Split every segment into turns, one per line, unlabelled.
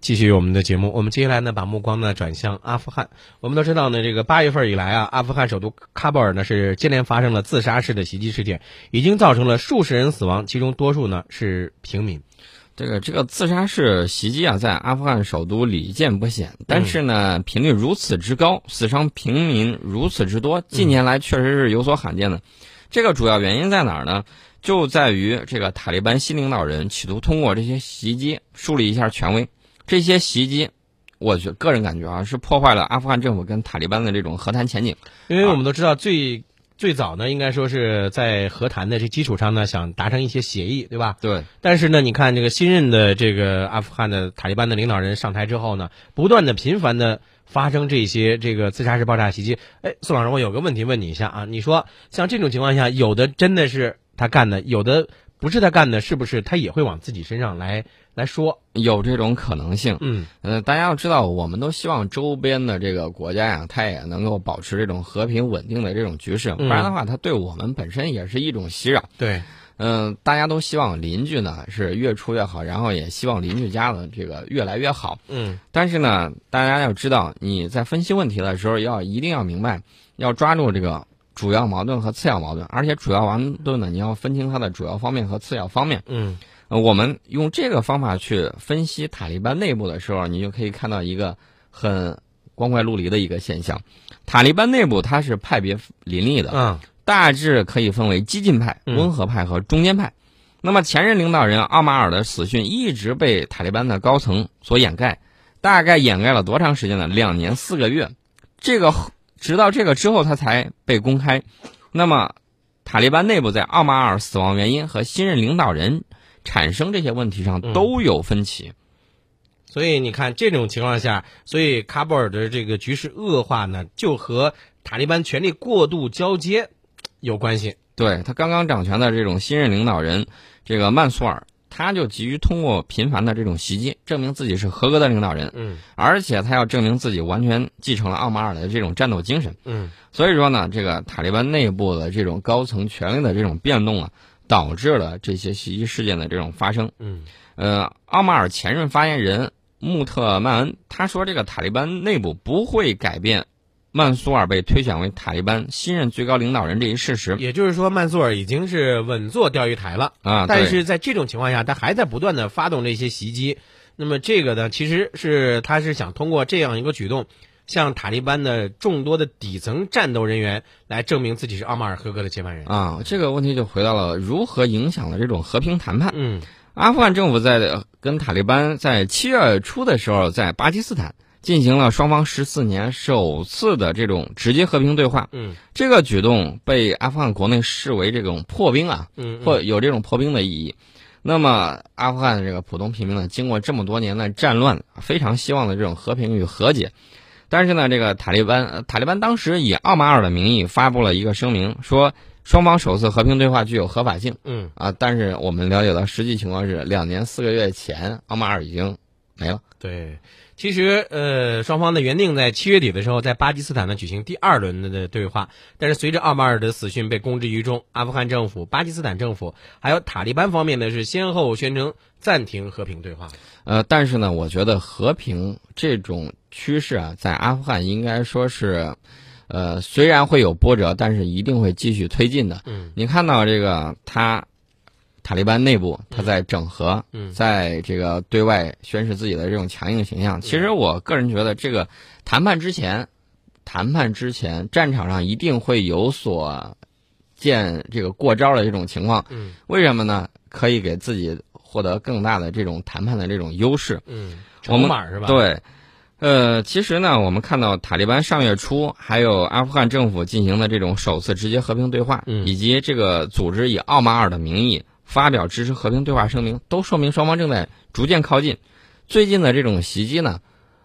继续我们的节目，我们接下来呢，把目光呢转向阿富汗。我们都知道呢，这个八月份以来啊，阿富汗首都喀布尔呢是接连发生了自杀式的袭击事件，已经造成了数十人死亡，其中多数呢是平民。
这个这个自杀式袭击啊，在阿富汗首都屡见不鲜，但是呢，频率如此之高，死伤平民如此之多，近年来确实是有所罕见的。这个主要原因在哪儿呢？就在于这个塔利班新领导人企图通过这些袭击树立一下权威。这些袭击，我觉个人感觉啊，是破坏了阿富汗政府跟塔利班的这种和谈前景。
因为我们都知道最，最最早呢，应该说是在和谈的这基础上呢，想达成一些协议，对吧？
对，
但是呢，你看这个新任的这个阿富汗的塔利班的领导人上台之后呢，不断的频繁的发生这些这个自杀式爆炸袭击。哎，宋老师，我有个问题问你一下啊，你说像这种情况下，有的真的是他干的，有的不是他干的，是不是他也会往自己身上来来说？
有这种可能性。
嗯
呃，大家要知道，我们都希望周边的这个国家呀、它也能够保持这种和平稳定的这种局势，不
嗯
然的话，它对我们本身也是一种袭扰。
对，
嗯、大家都希望邻居呢是越处越好，然后也希望邻居家的这个越来越好。
嗯
但是呢，大家要知道，你在分析问题的时候，要一定要明白，要抓住这个主要矛盾和次要矛盾，而且主要矛盾呢，你要分清它的主要方面和次要方面。
嗯
呃，我们用这个方法去分析塔利班内部的时候，你就可以看到一个很光怪陆离的一个现象。塔利班内部它是派别林立的，
嗯
大致可以分为激进派、
嗯
温和派和中间派。那么前任领导人奥马尔的死讯一直被塔利班的高层所掩盖，大概掩盖了多长时间呢？两年四个月。这个后直到这个之后，他才被公开。那么，塔利班内部在奥马尔死亡原因和新任领导人产生这些问题上
嗯
都有分歧。
所以你看，这种情况下，所以喀布尔的这个局势恶化呢，就和塔利班权力过度交接有关系。
对他刚刚掌权的这种新任领导人，这个曼苏尔，他就急于通过频繁的这种袭击，证明自己是合格的领导人，
嗯
而且他要证明自己完全继承了奥马尔的这种战斗精神。
嗯
所以说呢，这个塔利班内部的这种高层权力的这种变动啊，导致了这些袭击事件的这种发生。
嗯
呃，奥马尔前任发言人穆特曼恩他说，这个塔利班内部不会改变曼苏尔被推选为塔利班新任最高领导人这一事实
也就是说，曼苏尔已经是稳坐钓鱼台了，
啊。
但
对
是在这种情况下，他还在不断的发动这些袭击。那么这个呢，其实是他是想通过这样一个举动，向塔利班的众多的底层战斗人员来证明自己是奥马尔合格的接班人。
啊，这个问题就回到了如何影响了这种和平谈判。
嗯
阿富汗政府在跟塔利班在七月初的时候，在巴基斯坦进行了双方十四年首次的这种直接和平对话。
嗯
这个举动被阿富汗国内视为这种破冰啊，
嗯
或有这种破冰的意义。那么，阿富汗这个普通平民呢，经过这么多年的战乱，非常希望的这种和平与和解。但是呢，这个塔利班，呃塔利班当时以奥马尔的名义发布了一个声明，说双方首次和平对话具有合法性
嗯
啊。但是我们了解到实际情况是，两年四个月前，奥马尔已经没了。
对，其实呃，双方的原定在七月底的时候，在巴基斯坦呢举行第二轮的的对话，但是随着奥马尔的死讯被公之于众，阿富汗政府、巴基斯坦政府还有塔利班方面呢是先后宣称暂停和平对话。
呃，但是呢，我觉得和平这种趋势啊，在阿富汗应该说是，呃，虽然会有波折，但是一定会继续推进的。
嗯
你看到这个他塔利班内部他在整合，
嗯
在这个对外宣示自己的这种强硬形象。其实我个人觉得，这个谈判之前，谈判之前战场上一定会有所见这个过招的这种情况。
嗯
为什么呢？可以给自己获得更大的这种谈判的这种优势。
嗯，
我们
筹码是吧？，
对，呃，其实呢，我们看到塔利班上月初还有阿富汗政府进行的这种首次直接和平对话，
嗯
以及这个组织以奥马尔的名义发表支持和平对话声明，都说明双方正在逐渐靠近。最近的这种袭击呢，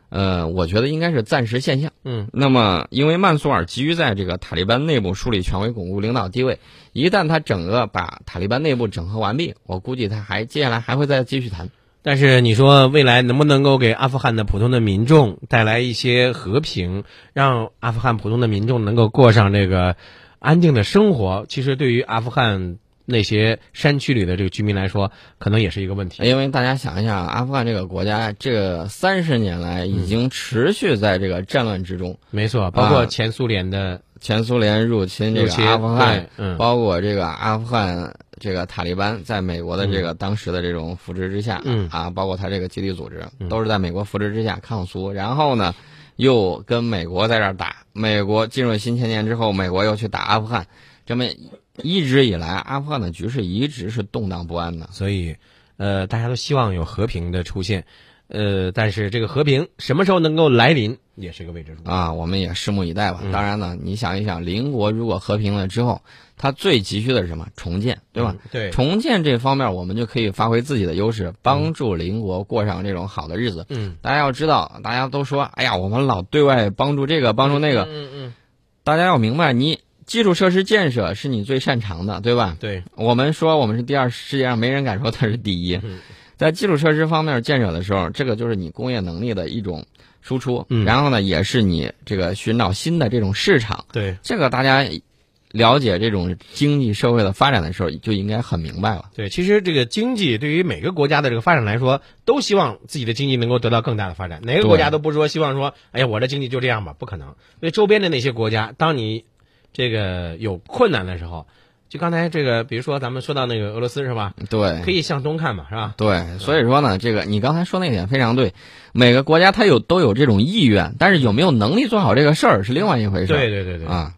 呃，我觉得应该是暂时现象。
嗯
那么，因为曼苏尔急于在这个塔利班内部树立权威、巩固领导地位，一旦他整个把塔利班内部整合完毕，我估计他还接下来还会再继续谈。
但是你说未来能不能够给阿富汗的普通的民众带来一些和平，让阿富汗普通的民众能够过上这个安静的生活？其实对于阿富汗那些山区里的这个居民来说，可能也是一个问题。
因为大家想一下，阿富汗这个国家，这三十年来已
嗯
经持续在这个战乱之中，
没错，包括前苏联的
前苏联入侵这
入
个
侵，
阿富
对
汗，，
嗯，
包括这个阿富汗这个塔利班在美国的这个当时的这种扶持之下，
嗯
啊，包括他这个基地组织
嗯
都是在美国扶持之下抗苏，然后呢，又跟美国在这儿打，美国进入新千年之后，美国又去打阿富汗，这么一直以来，阿富汗的局势一直是动荡不安的。
所以，呃，大家都希望有和平的出现，呃，但是这个和平什么时候能够来临，也是一个未知数。
啊，我们也拭目以待吧
嗯。
当然呢，你想一想，邻国如果和平了之后，它最急需的是什么？重建，对吧？
嗯？对，
重建这方面，我们就可以发挥自己的优势，帮助邻国过上这种好的日子。
嗯，
大家要知道，大家都说，哎呀，我们老对外帮助这个，帮助那个。
嗯嗯，
大家要明白，你基础设施建设是你最擅长的，对吧？
对，
我们说我们是第二，世界上没人敢说它是第一。
嗯
在基础设施方面建设的时候，这个就是你工业能力的一种输出，
嗯
然后呢，也是你这个寻找新的这种市场。
对
这个大家了解这种经济社会的发展的时候，就应该很明白了。
对，其实这个经济对于每个国家的这个发展来说，都希望自己的经济能够得到更大的发展。哪个国家
对
都不说希望说，哎呀，我的经济就这样吧，不可能。因为周边的那些国家，当你这个有困难的时候，就刚才这个，比如说咱们说到那个俄罗斯是吧？
对
可，以向东看嘛，是吧？
对，所以说呢，这个你刚才说那点非常对，每个国家它有都有这种意愿，但是有没有能力做好这个事儿是另外一回事儿。
对对对对，
啊，